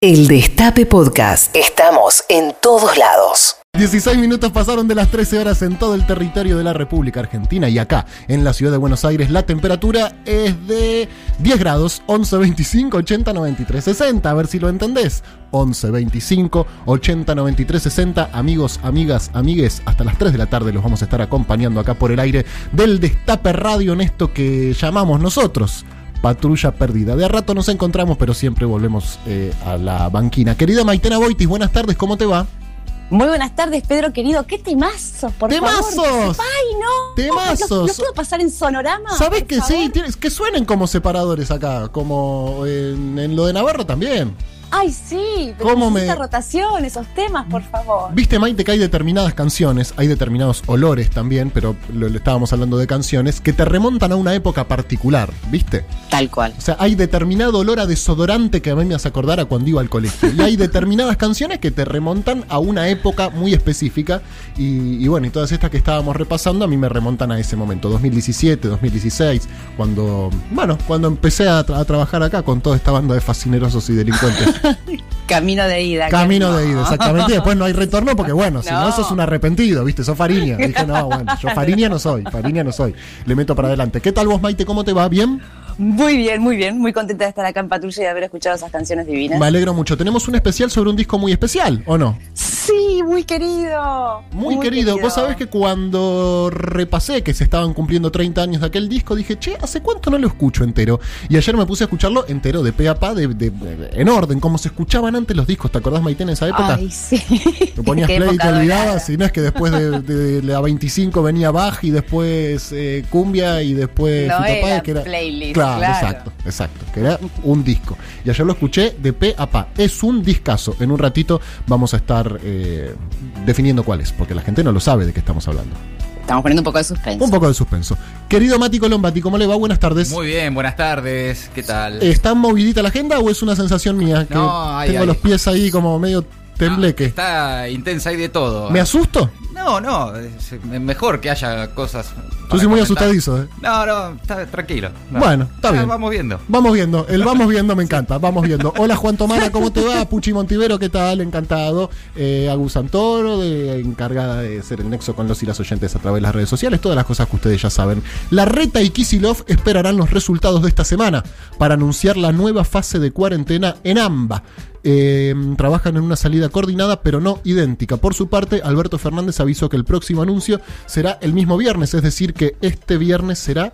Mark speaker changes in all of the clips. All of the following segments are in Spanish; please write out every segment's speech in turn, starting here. Speaker 1: El Destape Podcast. Estamos en todos lados.
Speaker 2: 16 minutos pasaron de las 13 horas en todo el territorio de la República Argentina y acá, en la ciudad de Buenos Aires, la temperatura es de 10 grados, 11, 25, 80, 93, 60. A ver si lo entendés. 11, 25, 80, 93, 60. Amigos, amigas, amigues, hasta las 3 de la tarde los vamos a estar acompañando acá por el aire del Destape Radio en esto que llamamos nosotros patrulla perdida. De a rato nos encontramos, pero siempre volvemos eh, a la banquina. Querida Maitena Boitis, buenas tardes, ¿cómo te va?
Speaker 3: Muy buenas tardes, Pedro querido. ¡Qué temazos, por
Speaker 2: ¡Temazos!
Speaker 3: favor! ¡Ay, no!
Speaker 2: Temazos.
Speaker 3: ¿Los, los puedo pasar en sonorama?
Speaker 2: ¿Sabes
Speaker 3: por
Speaker 2: que
Speaker 3: favor?
Speaker 2: sí? Tienes- que suenen como separadores acá, como en, en lo de Navarro también.
Speaker 3: ¡Ay, sí! Pero
Speaker 2: ¿Cómo
Speaker 3: ¿Cómo
Speaker 2: me-
Speaker 3: me...? rotación, esos temas, por favor.
Speaker 2: Viste, Maite, que hay determinadas canciones, hay determinados olores también, pero lo, le estábamos hablando de canciones, que te remontan a una época particular, ¿viste?
Speaker 4: Tal cual.
Speaker 2: O sea, hay determinado olor a desodorante que a mí me hace acordar a cuando iba al colegio. Y hay determinadas canciones que te remontan a una época muy específica. Y, y bueno, y todas estas que estábamos repasando a mí me remontan a ese momento, 2017, 2016, cuando, bueno, cuando empecé a, tra- a trabajar acá con toda esta banda de fascinerosos y delincuentes.
Speaker 4: Camino de ida.
Speaker 2: Camino de
Speaker 4: no.
Speaker 2: ida, exactamente. Y después no hay retorno porque, bueno, si no
Speaker 4: No.
Speaker 2: sos un arrepentido, ¿viste? Sos fariña. Dije, no, bueno, yo fariña no soy, fariña no soy. Le meto para adelante. ¿Qué tal vos, Maite? ¿Cómo te va? ¿Bien?
Speaker 4: Muy bien, muy bien. Muy contenta de estar acá en patrulla y de haber escuchado esas canciones divinas.
Speaker 2: Me alegro mucho. Tenemos un especial sobre un disco muy especial, ¿o no?
Speaker 4: Sí, muy querido.
Speaker 2: Muy, querido. Vos sabés que cuando repasé que se estaban cumpliendo 30 años de aquel disco, dije, che, ¿hace cuánto no lo escucho entero? Y ayer me puse a escucharlo entero, de pe a pa, de- de- de- en orden, como se escuchaban antes los discos. ¿Te acordás, Maite, en esa época?
Speaker 4: Ay, sí.
Speaker 2: Lo ponías
Speaker 4: Qué
Speaker 2: play y te
Speaker 4: época dorada.
Speaker 2: olvidabas, y no es que después de, de la 25 venía Bach y después eh, Cumbia y después
Speaker 4: No
Speaker 2: Fito Páez,
Speaker 4: era playlist, claro.
Speaker 2: exacto, exacto, que era un disco. Y ayer lo escuché de pe a pa. Es un discazo. En un ratito vamos a estar eh, definiendo cuál es, porque la gente no lo sabe de qué estamos hablando.
Speaker 4: Estamos poniendo un poco de suspense.
Speaker 2: Un poco de suspenso. Querido Mati Colombati, ¿cómo le va? Buenas tardes.
Speaker 5: Muy bien, buenas tardes, ¿qué tal?
Speaker 2: ¿Está movidita la agenda o es una sensación mía? Que
Speaker 5: No, ay,
Speaker 2: tengo
Speaker 5: ay.
Speaker 2: los pies ahí como medio tembleque.
Speaker 5: Está intensa y de todo.
Speaker 2: ¿Me asusto?
Speaker 5: no, no, es eh, mejor que haya cosas. para
Speaker 2: Yo soy muy
Speaker 5: comentar.
Speaker 2: asustadizo, eh.
Speaker 5: No, no, está tranquilo. No.
Speaker 2: Bueno, está
Speaker 5: Ah,
Speaker 2: bien.
Speaker 5: Vamos viendo.
Speaker 2: Vamos viendo, el vamos viendo me encanta, vamos viendo. Hola Juan Tomara, ¿cómo te va? Puchi Montivero, ¿qué tal? Encantado. Eh, Agus Santoro, de- encargada de ser el nexo con los y las oyentes a través de las redes sociales, todas las cosas que ustedes ya saben. La Reta y Kisilov esperarán los resultados de esta semana para anunciar la nueva fase de cuarentena en AMBA. Eh, trabajan en una salida coordinada pero no idéntica. Por su parte, Alberto Fernández avisó que el próximo anuncio será el mismo viernes, es decir, que este viernes será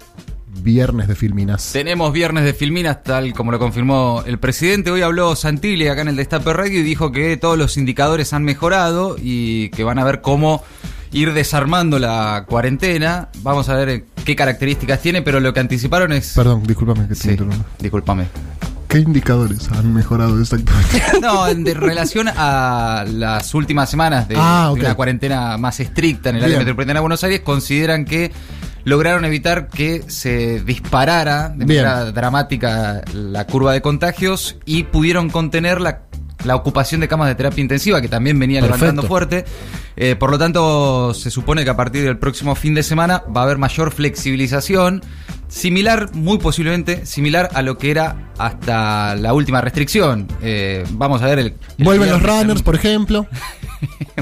Speaker 2: viernes de Filminas.
Speaker 5: Tenemos viernes de Filminas, tal como lo confirmó el presidente. Hoy habló Santilli acá en el Destape Radio y dijo que todos los indicadores han mejorado y que van a ver cómo ir desarmando la cuarentena. Vamos a ver eh, qué características tiene, pero lo que anticiparon es.
Speaker 2: Perdón, discúlpame que te
Speaker 5: Sí,
Speaker 2: interrumpa.
Speaker 5: discúlpame.
Speaker 2: ¿Qué indicadores han mejorado exactamente?
Speaker 5: No, en de relación a las últimas semanas de,
Speaker 2: Ah,
Speaker 5: de
Speaker 2: ok.
Speaker 5: una cuarentena más estricta en el
Speaker 2: Bien.
Speaker 5: área metropolitana de Buenos Aires, consideran que lograron evitar que se disparara de
Speaker 2: Bien.
Speaker 5: manera dramática la curva de contagios y pudieron contener la, la ocupación de camas de terapia intensiva, que también venía
Speaker 2: Perfecto.
Speaker 5: levantando fuerte. Eh, por lo tanto, se supone que a partir del próximo fin de semana va a haber mayor flexibilización, similar, muy posiblemente, similar a lo que era hasta la última restricción. Eh, vamos a ver el... el
Speaker 2: Vuelven los
Speaker 5: viernes en-
Speaker 2: runners, por ejemplo.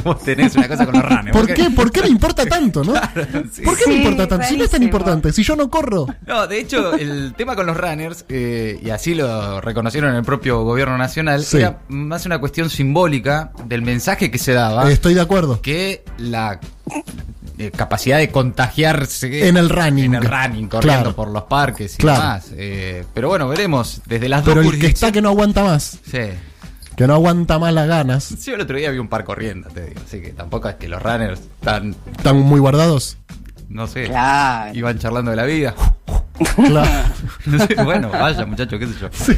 Speaker 5: Vos tenés una cosa con los runners.
Speaker 2: ¿Por
Speaker 5: porque-
Speaker 2: qué? ¿Por qué le importa tanto, no? ¿Por qué le
Speaker 3: Sí,
Speaker 2: importa tanto? Si no es tan
Speaker 3: rarísimo.
Speaker 2: importante, si yo no corro.
Speaker 5: No, de hecho, el tema con los runners, eh, y así lo reconocieron en el propio gobierno nacional,
Speaker 2: Sí.
Speaker 5: era más una cuestión simbólica del mensaje que se daba,
Speaker 2: Estoy de acuerdo.
Speaker 5: que la eh, capacidad de contagiarse
Speaker 2: En el running.
Speaker 5: en el running, corriendo
Speaker 2: Claro.
Speaker 5: por los parques y
Speaker 2: Claro.
Speaker 5: demás. Eh, pero bueno, veremos desde las
Speaker 2: Pero
Speaker 5: dos
Speaker 2: el que está que
Speaker 5: jurisdicciones-
Speaker 2: no aguanta más,
Speaker 5: Sí.
Speaker 2: que no aguanta más las ganas,
Speaker 5: Sí, el otro día vi un par corriendo, te digo. Así que tampoco es que los runners están,
Speaker 2: están muy guardados.
Speaker 5: no sé,
Speaker 4: Claro.
Speaker 5: iban charlando de la vida.
Speaker 2: Claro.
Speaker 5: No sé, bueno, vaya muchacho, qué sé yo.
Speaker 2: Sí,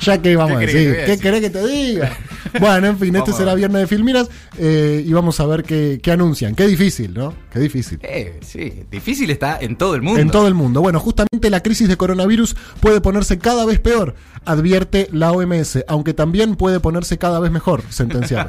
Speaker 2: ya que vamos a
Speaker 5: ¿Qué
Speaker 2: decir,
Speaker 5: querés que te voy a
Speaker 2: ¿qué
Speaker 5: decir?
Speaker 2: querés que te diga? Bueno, en fin, este
Speaker 5: Vamos a
Speaker 2: será
Speaker 5: ver.
Speaker 2: viernes de Filminas eh, y vamos a ver qué, qué anuncian. Qué difícil, ¿no? Qué difícil.
Speaker 5: Eh, sí, difícil está en todo el mundo.
Speaker 2: En todo el mundo. Bueno, justamente la crisis de coronavirus puede ponerse cada vez peor, advierte la OMS, aunque también puede ponerse cada vez mejor, sentenciaron.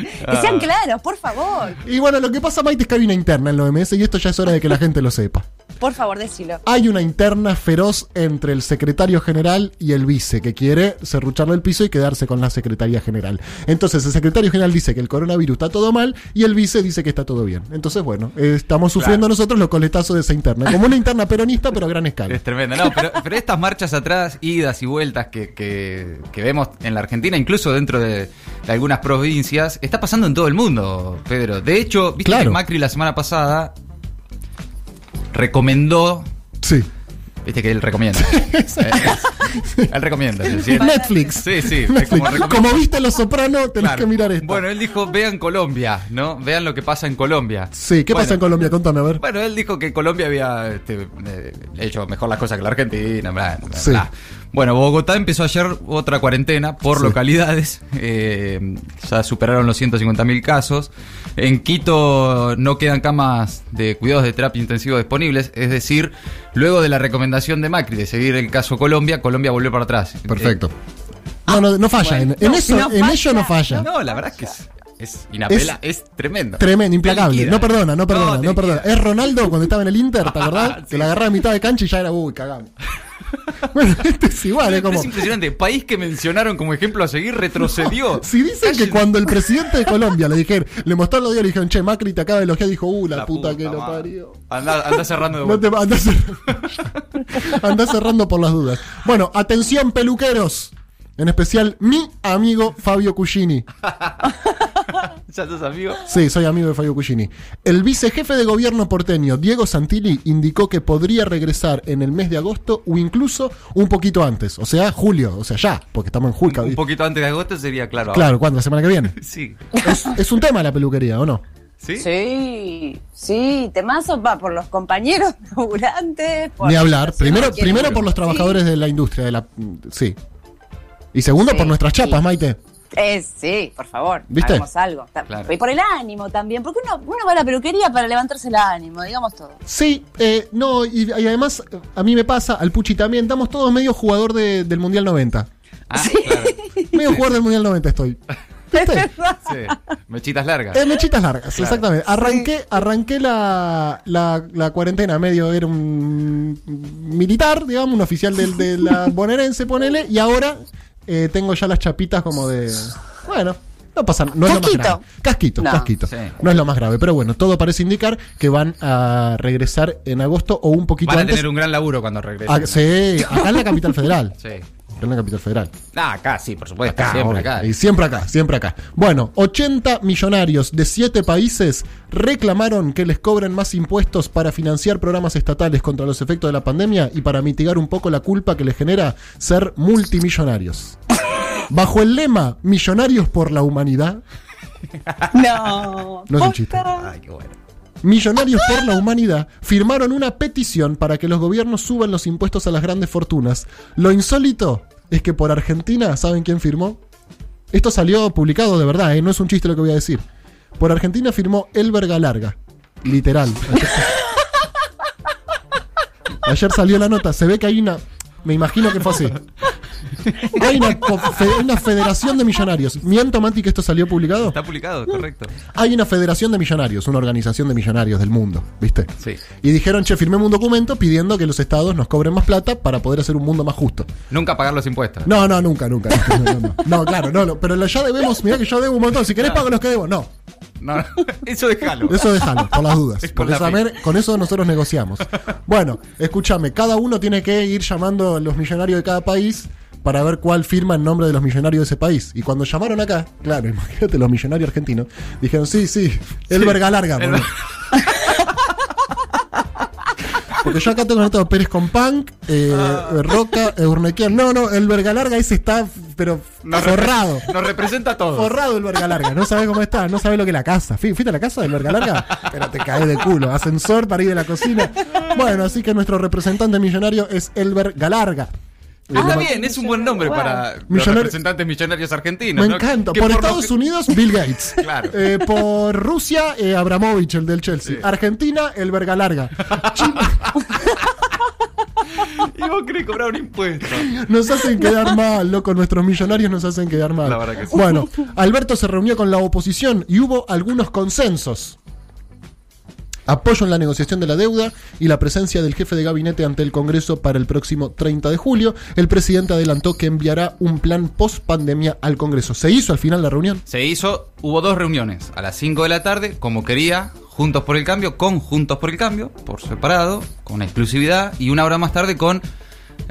Speaker 3: Que sean claros, por favor.
Speaker 2: y bueno, lo que pasa, Maite, es que hay una interna en la OMS y esto ya es hora de que la gente lo sepa.
Speaker 4: Por favor, decilo.
Speaker 2: Hay una interna feroz entre el secretario general y el vice, que quiere serrucharle el piso y quedarse con la secretaría general. Entonces, el secretario general dice que el coronavirus está todo mal y el vice dice que está todo bien. Entonces, bueno, eh, estamos sufriendo nosotros los coletazos de esa interna. Como una interna peronista, pero a gran escala.
Speaker 5: Es tremendo, no, pero, pero estas marchas atrás, idas y vueltas que, que- que vemos en la Argentina, incluso dentro de, de algunas provincias, está pasando en todo el mundo, Pedro. De hecho, viste
Speaker 2: Claro.
Speaker 5: que Macri la semana pasada recomendó,
Speaker 2: Sí.
Speaker 5: viste que él recomienda. Eh, él recomienda. es decir,
Speaker 2: Netflix.
Speaker 5: Sí, sí, es
Speaker 2: Netflix.
Speaker 5: como
Speaker 2: Como,
Speaker 5: recomienda.
Speaker 2: viste Los Soprano, tenés
Speaker 5: Claro.
Speaker 2: que mirar esto.
Speaker 5: Bueno, él dijo, vean Colombia, ¿no? Vean lo que pasa en Colombia.
Speaker 2: sí, ¿qué pasa en
Speaker 5: Bueno,
Speaker 2: Colombia? Contame, a ver.
Speaker 5: bueno, él dijo que Colombia había este, eh, hecho mejor las cosas que la Argentina. bla, bla,
Speaker 2: Sí.
Speaker 5: bla. Bueno, Bogotá empezó ayer otra cuarentena por
Speaker 2: Sí.
Speaker 5: localidades. eh, ya superaron los 150.000 casos. En Quito no quedan camas de cuidados de terapia intensiva disponibles. Es decir, luego de la recomendación de Macri de seguir el caso Colombia, Colombia volvió para atrás. Eh,
Speaker 2: Perfecto.
Speaker 5: ah,
Speaker 2: No, no, no falla. en- en
Speaker 4: no,
Speaker 2: eso,
Speaker 4: no
Speaker 2: en
Speaker 4: falla.
Speaker 2: ello no falla.
Speaker 5: Eh, no, la verdad es que es, es inapela- es, tremendo.
Speaker 2: Tremendo, implacable.
Speaker 5: Te liquida.
Speaker 2: No perdona, no perdona, no,
Speaker 5: te
Speaker 2: perdona.
Speaker 5: liquida.
Speaker 2: Es Ronaldo cuando estaba en el Inter, ¿te acordás?
Speaker 5: Sí.
Speaker 2: Que la agarraba a mitad de cancha y ya era, uy, cagamos. bueno, este es igual, es
Speaker 5: Pero
Speaker 2: como.
Speaker 5: Es impresionante. País que mencionaron como ejemplo a seguir retrocedió.
Speaker 2: Si dicen que
Speaker 5: Cállense.
Speaker 2: cuando el presidente de Colombia le dijeron, le mostraron los días, le dijeron, che, Macri te acaba de elogiar, dijo, uh, la, puta, que lo
Speaker 5: madre.
Speaker 2: parió.
Speaker 5: Anda, anda cerrando de
Speaker 2: No te,
Speaker 5: vuelta.
Speaker 2: andá, cerrando, andá cerrando por las dudas. Bueno, atención, peluqueros. En especial, mi amigo Fabio Cugini.
Speaker 5: Ya sos amigo.
Speaker 2: Sí, soy amigo de Fabio Cugini. El vicejefe de gobierno porteño, Diego Santilli, indicó que podría regresar en el mes de agosto o incluso un poquito antes, o sea, julio, o sea, ya, porque estamos en julio.
Speaker 5: Un poquito antes de agosto sería claro. ahora.
Speaker 2: claro, ¿cuándo? La semana que viene.
Speaker 5: Sí.
Speaker 2: Es, es un tema la peluquería, ¿o no?
Speaker 5: ¿Sí?
Speaker 4: Sí, sí, temazo va por los compañeros laburantes. por
Speaker 2: Ni
Speaker 4: la
Speaker 2: hablar.
Speaker 4: situación
Speaker 2: Primero,
Speaker 4: que-
Speaker 2: primero por los trabajadores de la industria, de la... Sí. Y segundo, por
Speaker 4: Sí,
Speaker 2: nuestras chapas,
Speaker 4: sí.
Speaker 2: Maite.
Speaker 4: Eh, sí, por favor,
Speaker 2: ¿Viste?
Speaker 4: hagamos algo. Ta-
Speaker 5: Claro.
Speaker 4: Y por el ánimo también, porque uno, uno va a la peluquería para levantarse el ánimo, digamos todo.
Speaker 2: Sí, eh, no, y, y además a mí me pasa, al Puchi también, damos todos medio jugador de- del Mundial 90.
Speaker 5: Ah, claro.
Speaker 2: Medio jugador del Mundial 90 estoy. ¿Viste?
Speaker 5: Sí. Mechitas largas.
Speaker 2: Eh, mechitas largas,
Speaker 5: Claro.
Speaker 2: exactamente. Arranqué, arranqué la, la, la cuarentena medio, era un militar, digamos, un oficial del, de la bonaerense, ponele, y ahora eh, tengo ya las chapitas como de... Bueno. No pasa no es lo más
Speaker 4: Casquito.
Speaker 2: grave. Casquito,
Speaker 4: No.
Speaker 2: casquito.
Speaker 5: Sí.
Speaker 2: No es lo más grave, pero bueno, todo parece indicar que van a regresar en agosto o un poquito
Speaker 5: Van a
Speaker 2: antes.
Speaker 5: tener un gran laburo cuando
Speaker 2: Ah,
Speaker 5: regresen.
Speaker 2: sí, acá en la capital federal.
Speaker 5: Sí.
Speaker 2: Acá en la capital federal.
Speaker 5: Ah, acá sí, por supuesto.
Speaker 2: Acá,
Speaker 5: siempre
Speaker 2: obvio.
Speaker 5: acá.
Speaker 2: Y siempre acá, siempre acá. Bueno, 80 millonarios de 7 países reclamaron que les cobren más impuestos para financiar programas estatales contra los efectos de la pandemia y para mitigar un poco la culpa que les genera ser multimillonarios. Bajo el lema Millonarios por la Humanidad,
Speaker 4: No,
Speaker 2: No es un chiste.
Speaker 4: posta.
Speaker 5: Ay, qué bueno.
Speaker 2: Millonarios por la Humanidad firmaron una petición para que los gobiernos suban los impuestos a las grandes fortunas. Lo insólito es que por Argentina, ¿saben quién firmó? Esto salió publicado de verdad, ¿eh? no es un chiste lo que voy a decir. Por Argentina firmó Elber Galarga. Literal. Ayer, sa- Ayer salió la nota. Se ve que hay una. Me imagino que fue así. Hay una, co- fe- una federación de millonarios. ¿Miento, Mati, que esto salió publicado?
Speaker 5: Está publicado, correcto.
Speaker 2: Hay una federación de millonarios, una organización de millonarios del mundo, ¿viste?
Speaker 5: Sí.
Speaker 2: Y dijeron, che, firmemos un documento pidiendo que los estados nos cobren más plata para poder hacer un mundo más justo.
Speaker 5: Nunca pagar los impuestos.
Speaker 2: No, no, nunca, nunca. No, no, no. No, claro, no, no. Pero lo- ya debemos, mirá que yo debo un montón. Si querés, pago los que debo. No,
Speaker 5: No, no. Eso déjalo.
Speaker 2: eso déjalo, por las dudas.
Speaker 5: Es con
Speaker 2: Porque
Speaker 5: la fe.
Speaker 2: saber, con eso nosotros negociamos. Bueno, escúchame, cada uno tiene que ir llamando a los millonarios de cada país para ver cuál firma en nombre de los millonarios de ese país. Y cuando llamaron acá, claro, imagínate los millonarios argentinos, dijeron, sí, sí, el verga larga. boludo". Porque yo acá tengo anotado Pérez con Punk, eh,
Speaker 5: Ah.
Speaker 2: Roca, Urnequian. No, no, el verga larga ese está, pero
Speaker 5: Nos repre-
Speaker 2: forrado.
Speaker 5: Nos representa a todos.
Speaker 2: Forrado el verga larga, no sabes cómo está, no sabes lo que es la casa. Fui- ¿Fuiste a la casa del verga larga? Pero te caes de culo. Ascensor para ir de la cocina. Bueno, así que nuestro representante millonario es Elber Galarga.
Speaker 5: Ah, Está bien, es un buen nombre para los
Speaker 2: Millonario-
Speaker 5: representantes millonarios argentinos.
Speaker 2: Me
Speaker 5: ¿no?
Speaker 2: encanta.
Speaker 5: Que
Speaker 2: Por
Speaker 5: lo
Speaker 2: Estados
Speaker 5: ge-
Speaker 2: Unidos, Bill Gates.
Speaker 5: Claro.
Speaker 2: Eh, por Rusia, eh, Abramovich, el del Chelsea.
Speaker 5: Sí.
Speaker 2: Argentina, el verga larga.
Speaker 5: Y vos querés cobrar un impuesto.
Speaker 2: Nos hacen quedar mal, loco. Nuestros millonarios nos hacen quedar mal.
Speaker 5: La verdad que sí.
Speaker 2: Bueno, Alberto se reunió con la oposición y hubo algunos consensos. apoyo en la negociación de la deuda y la presencia del jefe de gabinete ante el Congreso para el próximo 30 de julio. El presidente adelantó que enviará un plan post pandemia al Congreso. ¿Se hizo al final la reunión?
Speaker 5: Se hizo, hubo dos reuniones, a las 5 de la tarde, como quería, Juntos por el Cambio, con Juntos por el Cambio, por separado, con exclusividad, y una hora más tarde con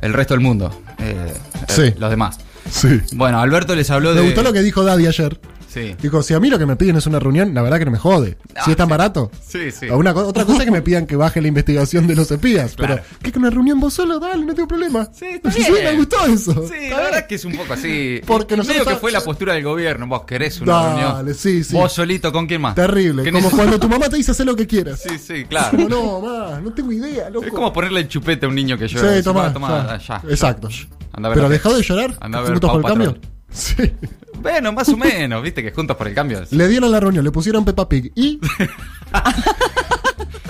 Speaker 5: el resto del mundo, eh,
Speaker 2: Sí.
Speaker 5: eh, los demás.
Speaker 2: Sí.
Speaker 5: Bueno, Alberto les habló
Speaker 2: Me
Speaker 5: de...
Speaker 2: gustó lo que dijo Daddy ayer.
Speaker 5: Sí.
Speaker 2: Dijo, si a mí lo que me piden es una reunión, la verdad que no me jode. si es tan barato.
Speaker 5: Ah, Sí, sí.
Speaker 2: A una co- otra cosa es que me pidan que baje la investigación de los espías.
Speaker 5: Claro.
Speaker 2: Pero, ¿qué que una reunión vos solo? Dale, no tengo problema.
Speaker 5: Sí, está
Speaker 2: Sí,
Speaker 5: bien.
Speaker 2: me gustó eso. Está
Speaker 5: Sí,
Speaker 2: bien.
Speaker 5: la verdad que es un poco así.
Speaker 2: Porque
Speaker 5: Y medio
Speaker 2: nosotros-
Speaker 5: que fue la postura del gobierno. Vos querés una
Speaker 2: Dale,
Speaker 5: reunión.
Speaker 2: sí, sí.
Speaker 5: Vos solito, ¿con quién más?
Speaker 2: Terrible.
Speaker 5: ¿Qué
Speaker 2: Como
Speaker 5: neces-
Speaker 2: cuando tu mamá te dice hacer lo que quieras.
Speaker 5: Sí, sí,
Speaker 2: Como,
Speaker 5: claro.
Speaker 2: no, mamá, no tengo idea, loco.
Speaker 5: Es como ponerle el chupete a un niño que
Speaker 2: Sí,
Speaker 5: llora. Decís,
Speaker 2: tomá,
Speaker 5: "Ah, tomá,
Speaker 2: ya.
Speaker 5: ya, ya".
Speaker 2: Exacto.
Speaker 5: Anda a ver
Speaker 2: Pero
Speaker 5: la
Speaker 2: dejado de
Speaker 5: tele.
Speaker 2: llorar.
Speaker 5: Anda a ver
Speaker 2: juntos por el
Speaker 5: Paw
Speaker 2: cambio.
Speaker 5: Patrol.
Speaker 2: Sí.
Speaker 5: Bueno, más o menos, viste que juntos por el cambio.
Speaker 2: Le dieron la reunión, le pusieron Peppa Pig y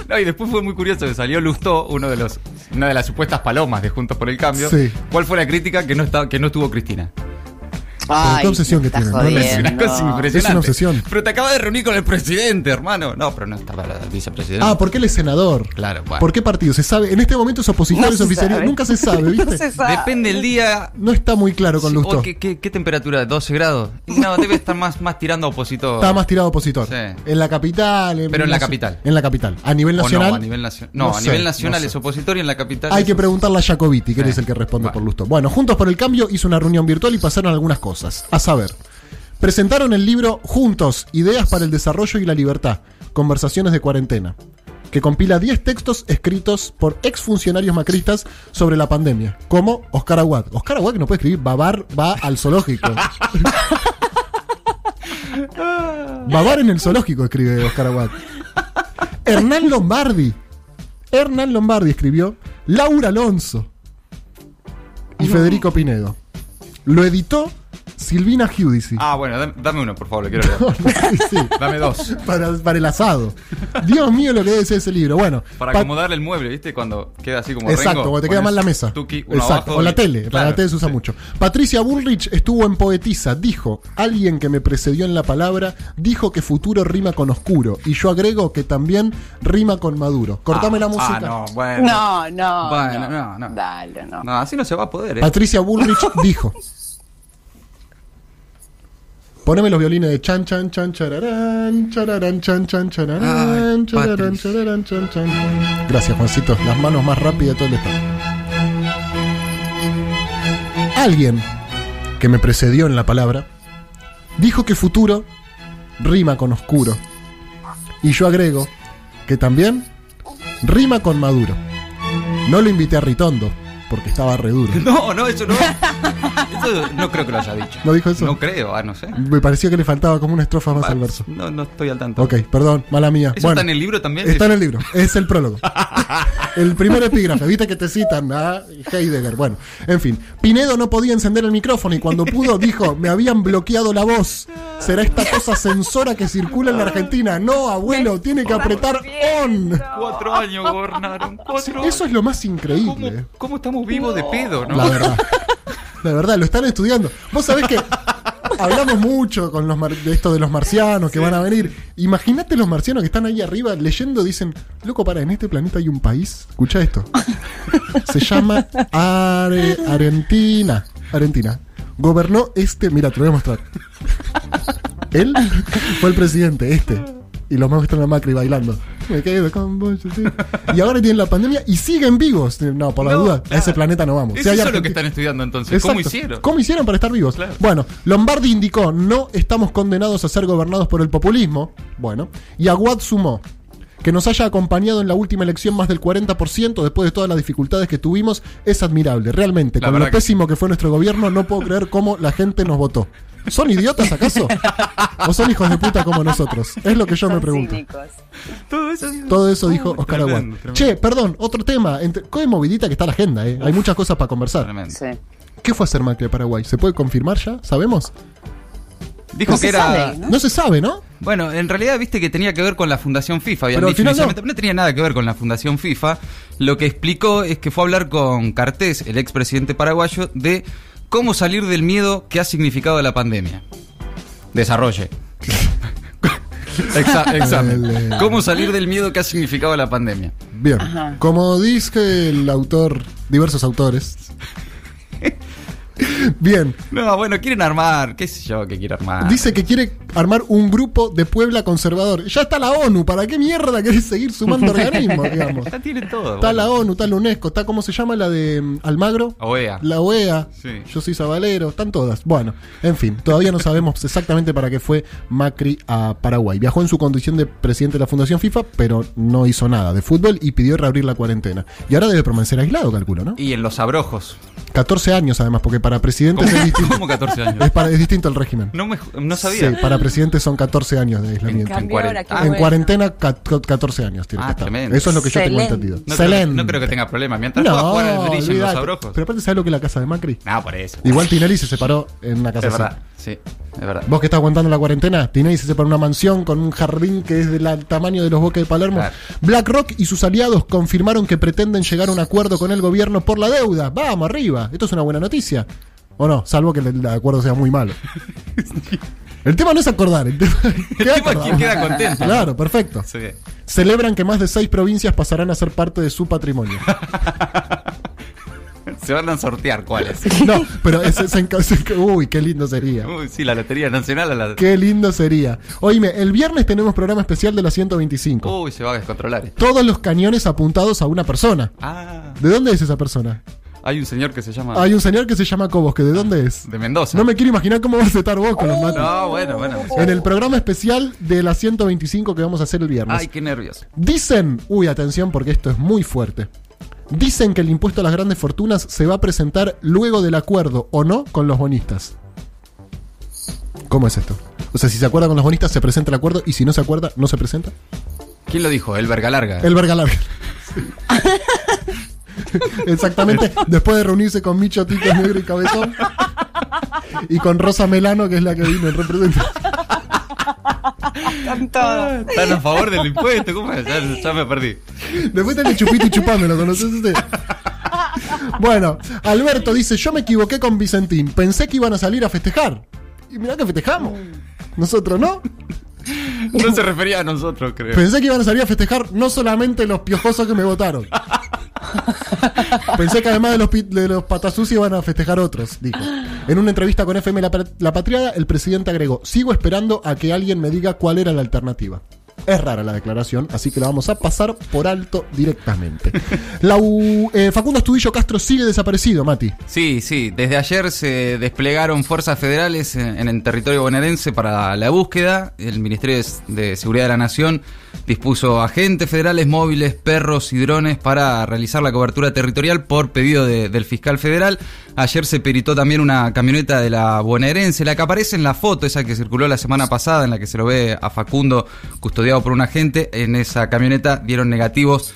Speaker 5: No, y después fue muy curioso que salió Lustó, uno de los, una de las supuestas palomas de Juntos por el Cambio.
Speaker 2: Sí.
Speaker 5: ¿Cuál fue la crítica que no, está, que no estuvo Cristina?
Speaker 4: Ay,
Speaker 2: qué obsesión
Speaker 4: me
Speaker 2: que
Speaker 4: estás
Speaker 2: tienen, ¿no?
Speaker 5: Es
Speaker 4: jodiendo.
Speaker 5: una cosa impresionante.
Speaker 2: Es una obsesión.
Speaker 5: Pero te acabas de reunir con el presidente, hermano. No, pero no estaba la vicepresidenta.
Speaker 2: Ah, porque él es senador.
Speaker 5: Claro, bueno.
Speaker 2: ¿Por qué partido? Se sabe, en este momento es opositor,
Speaker 4: No
Speaker 2: es
Speaker 4: se
Speaker 2: oficial,
Speaker 4: sabe.
Speaker 2: nunca se sabe, ¿viste?
Speaker 4: No se sabe.
Speaker 5: Depende el día.
Speaker 2: No está muy claro con
Speaker 5: Sí,
Speaker 2: Lustó.
Speaker 5: o ¿qué, qué, qué temperatura? ¿12 grados? No, debe estar más, más tirando a opositor.
Speaker 2: Está más tirado opositor.
Speaker 5: Sí.
Speaker 2: En la capital.
Speaker 5: Pero en la
Speaker 2: nacio-
Speaker 5: capital.
Speaker 2: En la capital. A nivel
Speaker 5: O
Speaker 2: nacional.
Speaker 5: no, a nivel, nacio- no, a
Speaker 2: sé,
Speaker 5: nivel nacional
Speaker 2: no sé.
Speaker 5: es opositor y en la capital.
Speaker 2: Hay
Speaker 5: es-
Speaker 2: que preguntarle a Jacobiti, que él
Speaker 5: Sí.
Speaker 2: es el que responde
Speaker 5: Bueno.
Speaker 2: por Lustó. Bueno, Juntos por el Cambio hizo una reunión virtual y pasaron algunas cosas. A saber, presentaron el libro Juntos, Ideas para el Desarrollo y la Libertad, Conversaciones de Cuarentena, que compila 10 textos escritos por exfuncionarios macristas sobre la pandemia, como Oscar Aguad. Oscar Aguad que no puede escribir, Babar va al zoológico. Babar en el zoológico, escribe Oscar Aguad. Hernán Lombardi. Hernán Lombardi escribió Laura Alonso y Federico Pinedo. Lo editó Silvina Giudici.
Speaker 5: Ah, bueno, dame, dame uno, por favor, lo quiero leer.
Speaker 2: Sí, sí,
Speaker 5: Dame dos.
Speaker 2: para, para el asado. Dios mío, lo que debe ser ese libro. Bueno,
Speaker 5: Para
Speaker 2: pa-
Speaker 5: acomodarle el mueble, ¿viste? Cuando queda así como
Speaker 2: Exacto,
Speaker 5: rengo,
Speaker 2: cuando te queda
Speaker 5: pones
Speaker 2: mal la mesa.
Speaker 5: tuki, uno
Speaker 2: Exacto,
Speaker 5: abajo
Speaker 2: o la
Speaker 5: y-
Speaker 2: tele, para
Speaker 5: Claro,
Speaker 2: la tele se usa
Speaker 5: sí.
Speaker 2: mucho. Patricia Bullrich estuvo en Poetisa, dijo, alguien que me precedió en la palabra, dijo que futuro rima con oscuro, y yo agrego que también rima con maduro. Cortame
Speaker 5: Ah,
Speaker 2: la música.
Speaker 5: Ah, no, bueno.
Speaker 4: No, no.
Speaker 5: Bueno, no, no.
Speaker 4: Dale, no.
Speaker 5: No, así no se va a poder, ¿eh?
Speaker 2: Patricia Bullrich dijo. Poneme los violines de chan chan chan chararán, chararán, chan chan chararán,
Speaker 5: Ay,
Speaker 2: chararán,
Speaker 5: Patrick.
Speaker 2: chararán, chan chan. Gracias, Juancito. Las manos más rápidas de todo el estado. Alguien que me precedió en la palabra dijo que futuro rima con oscuro. Y yo agrego que también rima con maduro. No lo invité a Ritondo porque estaba re duro.
Speaker 5: No, no, eso no. Eso no creo que lo haya dicho.
Speaker 2: ¿No dijo eso?
Speaker 5: No creo, ah, no sé.
Speaker 2: Me pareció que le faltaba como una estrofa más
Speaker 5: Ah,
Speaker 2: al verso.
Speaker 5: No, no estoy al tanto.
Speaker 2: Ok, perdón, mala mía.
Speaker 5: ¿Eso
Speaker 2: Bueno,
Speaker 5: está en el libro también?
Speaker 2: está en el libro, es el prólogo. el primer epígrafe, viste que te citan a Heidegger. Bueno, en fin. Pinedo no podía encender el micrófono y cuando pudo dijo, me habían bloqueado la voz. Será esta cosa censora que circula en la Argentina. No, abuelo, tiene que apretar on.
Speaker 5: Cuatro años gobernaron, cuatro
Speaker 2: Eso es lo más
Speaker 5: ¿Cómo,
Speaker 2: increíble.
Speaker 5: cómo estamos vivos de pedo, no?
Speaker 2: La verdad. La verdad, lo están estudiando. Vos sabés que hablamos mucho con los mar- de esto de los marcianos que van a venir. Imagínate los marcianos que están ahí arriba leyendo, dicen, loco, para, en este planeta hay un país. Escucha esto. Se llama Are- Argentina. Argentina. Gobernó este, mira, te lo voy a mostrar. Él fue el presidente, este. Y los más están a Macri bailando. Me quedo con vos, yo sí. Y ahora tienen la pandemia y siguen vivos. No, por la
Speaker 5: No,
Speaker 2: duda, a ese
Speaker 5: claro.
Speaker 2: planeta no vamos.
Speaker 5: Es
Speaker 2: Si hay
Speaker 5: eso lo que
Speaker 2: Argentina-
Speaker 5: están estudiando entonces. ¿Cómo
Speaker 2: Exacto.
Speaker 5: hicieron?
Speaker 2: ¿Cómo hicieron para estar vivos?
Speaker 5: Claro.
Speaker 2: Bueno, Lombardi indicó, no estamos condenados a ser gobernados por el populismo. Bueno, y Aguad sumó. Que nos haya acompañado en la última elección más del 40% después de todas las dificultades que tuvimos es admirable. Realmente,
Speaker 5: La
Speaker 2: con lo
Speaker 5: verdad que-
Speaker 2: pésimo que fue nuestro gobierno, no puedo creer cómo la gente nos votó. ¿Son idiotas acaso? ¿O son hijos de puta como nosotros? Es lo que yo
Speaker 4: Son
Speaker 2: me pregunto.
Speaker 4: cínicos.
Speaker 5: Todo eso.
Speaker 2: Todo eso dijo
Speaker 5: Uh,
Speaker 2: Oscar
Speaker 5: tremendo,
Speaker 2: Aguad.
Speaker 5: tremendo.
Speaker 2: Che, perdón, otro tema. Entre... Qué movidita que está la agenda, ¿eh? Hay muchas cosas para conversar.
Speaker 5: Tremendo.
Speaker 4: Sí.
Speaker 2: ¿Qué fue hacer Macri a Paraguay? ¿Se puede confirmar ya? ¿Sabemos?
Speaker 5: Dijo
Speaker 4: No
Speaker 5: que
Speaker 4: se
Speaker 5: era.
Speaker 4: sabe,
Speaker 2: No,
Speaker 4: ¿no?
Speaker 2: se sabe, ¿no?
Speaker 5: Bueno, en realidad viste que tenía que ver con la Fundación FIFA. Habían
Speaker 2: Pero al
Speaker 5: dicho
Speaker 2: final no.
Speaker 5: inicialmente, no. tenía nada que ver con la Fundación FIFA. Lo que explicó es que fue a hablar con Cartés, el expresidente paraguayo, de cómo salir del miedo que ha significado la pandemia. Desarrolle. Exa- examen.
Speaker 2: Dale.
Speaker 5: ¿Cómo salir del miedo que ha significado la pandemia?
Speaker 2: Bien.
Speaker 4: Ajá.
Speaker 2: Como dice el autor, diversos autores. Bien.
Speaker 5: No, bueno, quieren armar, qué sé yo, que quiere armar.
Speaker 2: Dice que quiere armar un grupo de Puebla conservador. Ya está la ONU, ¿para qué mierda querés seguir sumando organismos, digamos?
Speaker 5: Ya tienen todo.
Speaker 2: Está
Speaker 5: bueno. E
Speaker 2: la ONU, está la UNESCO, está cómo se llama la de mm, Almagro.
Speaker 5: OEA.
Speaker 2: La OEA,
Speaker 5: Sí.
Speaker 2: yo soy Sabalero, están todas. Bueno, en fin, todavía no sabemos exactamente para qué fue Macri a Paraguay. Viajó en su condición de presidente de la Fundación FIFA, pero no hizo nada de fútbol y pidió reabrir la cuarentena. Y ahora debe permanecer aislado, calculo, ¿no?
Speaker 5: Y en los abrojos.
Speaker 2: 14 años además, porque para presidente
Speaker 5: ¿Cómo,
Speaker 2: es distinto,
Speaker 5: cómo 14 años?
Speaker 2: es para- es distinto el régimen.
Speaker 5: No, me, ju- no sabía.
Speaker 2: Sí, para presidente son 14 años de aislamiento.
Speaker 5: En
Speaker 4: Cambió
Speaker 5: cuarenta.
Speaker 4: ahora, qué
Speaker 5: Ah,
Speaker 2: en
Speaker 4: bueno.
Speaker 2: cuarentena, ca- 14 años tiene
Speaker 5: Ah,
Speaker 2: que estar.
Speaker 5: tremendo.
Speaker 2: Eso es lo que yo tengo
Speaker 4: Excelente.
Speaker 2: entendido.
Speaker 5: No creo, que- no
Speaker 2: Excelente.
Speaker 5: creo que tenga problema. Mientras pueda jugar al brillo en los
Speaker 2: olvidate.
Speaker 5: abrojos.
Speaker 2: Pero aparte, ¿sabes lo que es la casa de Macri?
Speaker 5: No, por eso.
Speaker 2: Igual Tinelli se separó en una
Speaker 5: Es
Speaker 2: casa
Speaker 5: verdad.
Speaker 2: así.
Speaker 5: Sí, es verdad.
Speaker 2: Vos que estás aguantando la cuarentena, Tinelli se separó en una mansión con un jardín que es del al- tamaño de los bosques de Palermo.
Speaker 5: Claro.
Speaker 2: BlackRock y sus aliados confirmaron que pretenden llegar a un acuerdo con el gobierno por la deuda. Vamos, arriba. Esto es una buena noticia. O no, salvo que el- el acuerdo sea muy malo. El tema no es acordar, el tema,
Speaker 5: El tipo es
Speaker 2: acordado.
Speaker 5: quien queda contento.
Speaker 2: Claro, perfecto.
Speaker 5: Sí.
Speaker 2: Celebran que más de seis provincias pasarán a ser parte de su patrimonio.
Speaker 5: Se van a sortear cuáles.
Speaker 2: No, pero ese se enca- se enca- uy, qué lindo sería.
Speaker 5: Uy, sí, la Lotería Nacional a la.
Speaker 2: Qué lindo sería. Oíme, el viernes tenemos programa especial de la 125.
Speaker 5: Uy, se va a descontrolar. esto.
Speaker 2: Todos los cañones apuntados a una persona.
Speaker 5: Ah,
Speaker 2: ¿De dónde es esa persona?
Speaker 5: hay un señor que se llama.
Speaker 2: Hay un señor que se llama Cobos, que ¿de dónde es?
Speaker 5: De Mendoza.
Speaker 2: No me quiero imaginar cómo vas a estar vos con los mates.
Speaker 5: No, bueno, bueno.
Speaker 2: En el programa especial de la 125 que vamos a hacer el viernes.
Speaker 5: Ay, qué nervios.
Speaker 2: Dicen, uy, atención porque esto es muy fuerte. Dicen que el impuesto a las grandes fortunas se va a presentar luego del acuerdo o no con los bonistas. ¿Cómo es esto? O sea, si se acuerda con los bonistas, se presenta el acuerdo y si no se acuerda, no se presenta.
Speaker 5: ¿Quién lo dijo? El verga larga.
Speaker 2: El verga larga. Exactamente, después de reunirse con Micho Tito Negro y Cabezón y con Rosa Melano, que es la que vino en representación.
Speaker 4: Están todos.
Speaker 5: Están a favor del impuesto. ¿Cómo es? Ya, ya me perdí.
Speaker 2: Después tenés chupito y chupame, ¿lo conoces ese? Bueno, Alberto dice, yo me equivoqué con Vicentín, pensé que iban a salir a festejar. Y mirá que festejamos. Nosotros no.
Speaker 5: No se refería a nosotros, creo.
Speaker 2: Pensé que iban a salir a festejar no solamente los piojosos que me votaron. Pensé que además de los, pi- de los patasucios iban a festejar otros, dijo. En una entrevista con FM La, Pat- La Patriada, el presidente agregó, sigo esperando a que alguien me diga cuál era la alternativa. Es rara la declaración, así que la vamos a pasar por alto directamente. La U- eh, Facundo Estudillo Castro sigue desaparecido, Mati.
Speaker 5: Sí, sí. Desde ayer se desplegaron fuerzas federales en, en el territorio bonaerense para la búsqueda. El Ministerio de, S- de Seguridad de la Nación dispuso agentes federales, móviles, perros y drones para realizar la cobertura territorial por pedido de- del fiscal federal. Ayer se peritó también una camioneta de la bonaerense, la que aparece en la foto, esa que circuló la semana pasada, en la que se lo ve a Facundo custodiado por un agente. En esa camioneta dieron negativos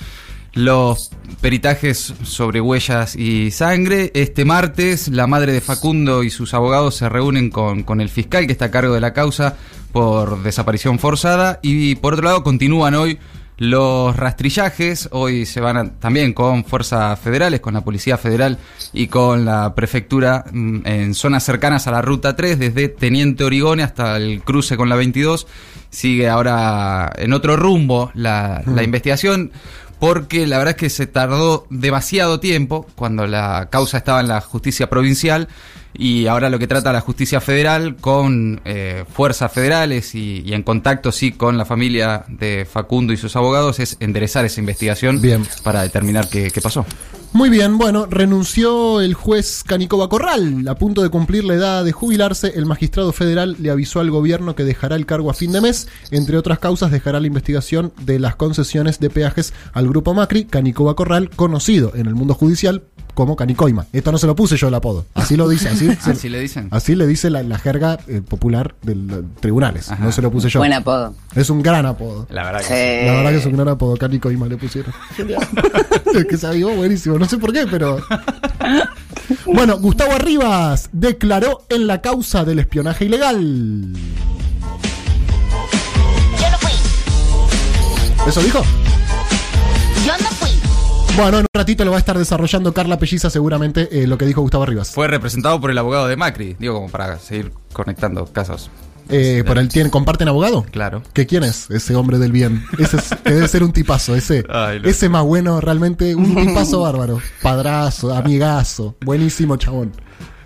Speaker 5: los peritajes sobre huellas y sangre. Este martes, la madre de Facundo y sus abogados se reúnen con, con el fiscal que está a cargo de la causa por desaparición forzada. Y por otro lado, continúan hoy los rastrillajes. Hoy se van a- también con fuerzas federales, con la Policía Federal y con la Prefectura mm, en zonas cercanas a la Ruta 3, desde Teniente Origone hasta el cruce con la 22. Sigue ahora en otro rumbo la, la investigación porque la verdad es que se tardó demasiado tiempo cuando la causa estaba en la justicia provincial y ahora lo que trata la justicia federal con eh, fuerzas federales y, y en contacto sí con la familia de Facundo y sus abogados es enderezar esa investigación
Speaker 2: Bien.
Speaker 5: para determinar qué, qué pasó.
Speaker 2: Muy bien, bueno, renunció el juez Canicoba Corral. A punto de cumplir la edad de jubilarse, el magistrado federal le avisó al gobierno que dejará el cargo a fin de mes. Entre otras causas, dejará la investigación de las concesiones de peajes al grupo Macri, Canicoba Corral, conocido en el mundo judicial como Canicoima. Esto no se lo puse yo el apodo. Así lo dice, así,
Speaker 5: Así le dicen.
Speaker 2: así le dice la, la jerga eh, popular de los tribunales.
Speaker 5: Ajá.
Speaker 2: No se lo puse yo.
Speaker 4: Buen apodo.
Speaker 2: Es un gran apodo.
Speaker 5: La verdad que
Speaker 4: Sí.
Speaker 2: La verdad que es un gran apodo, Canico y le pusieron. El que se avivó, buenísimo. No sé por qué, pero. Bueno, Gustavo Arribas declaró en la causa del espionaje ilegal.
Speaker 6: Yo no fui,
Speaker 2: ¿Eso dijo?
Speaker 6: yo no fui.
Speaker 2: Bueno, en un ratito lo va a estar desarrollando Carla Pelliza, seguramente, eh, lo que dijo Gustavo Arribas.
Speaker 5: Fue representado por el abogado de Macri, digo como para seguir conectando casos.
Speaker 2: Eh, ¿Por él tiene, comparten abogado?
Speaker 5: Claro.
Speaker 2: ¿Que quién es ese hombre del bien? Ese es- que debe ser un tipazo, ese.
Speaker 5: Ay, lo-
Speaker 2: ese más bueno, realmente un tipazo bárbaro. Padrazo, amigazo, buenísimo chabón.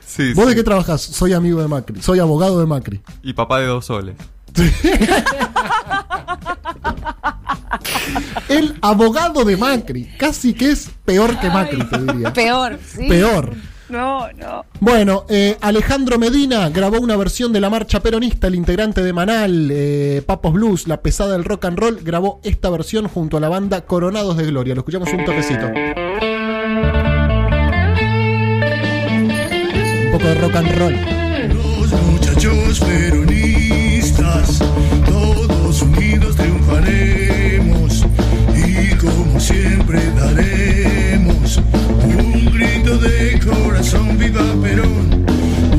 Speaker 5: Sí,
Speaker 2: ¿Vos de qué trabajás? Soy amigo de Macri, soy abogado de Macri.
Speaker 5: Y papá de dos soles.
Speaker 2: El abogado de Macri, casi que es peor que Macri, te diría.
Speaker 4: Peor, sí.
Speaker 2: Peor.
Speaker 4: No, no.
Speaker 2: Bueno, eh, Alejandro Medina grabó una versión de la marcha peronista, el integrante de Manal, eh, Papos Blues, la pesada del rock and roll, grabó esta versión junto a la banda Coronados de Gloria. Lo escuchamos un toquecito. Un poco de rock and roll.
Speaker 7: Los muchachos peronistas, todos unidos triunfaremos y como siempre daremos un grito de corazón viva Perón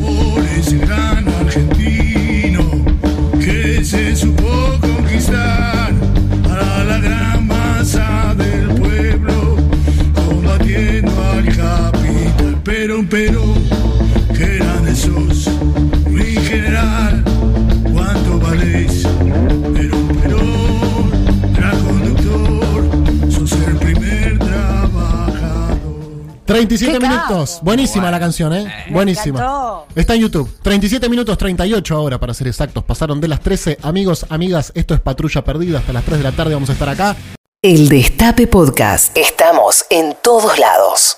Speaker 7: por ese gran argentino que se supo conquistar a la gran masa del pueblo combatiendo al capital Perón, Perón que eran esos, mi general, cuánto valéis, pero un Perón, gran conductor, sos el primer trabajador.
Speaker 2: 37
Speaker 4: ¡Qué capo!
Speaker 2: minutos. Buenísima la canción, ¿eh? Buenísima.
Speaker 4: encantó.
Speaker 2: Está en YouTube. 37 minutos 38 ahora, para ser exactos. Pasaron de las 13. Amigos, amigas, esto es Patrulla Perdida. Hasta las 3 de la tarde vamos a estar acá.
Speaker 1: El Destape Podcast. Estamos en todos lados.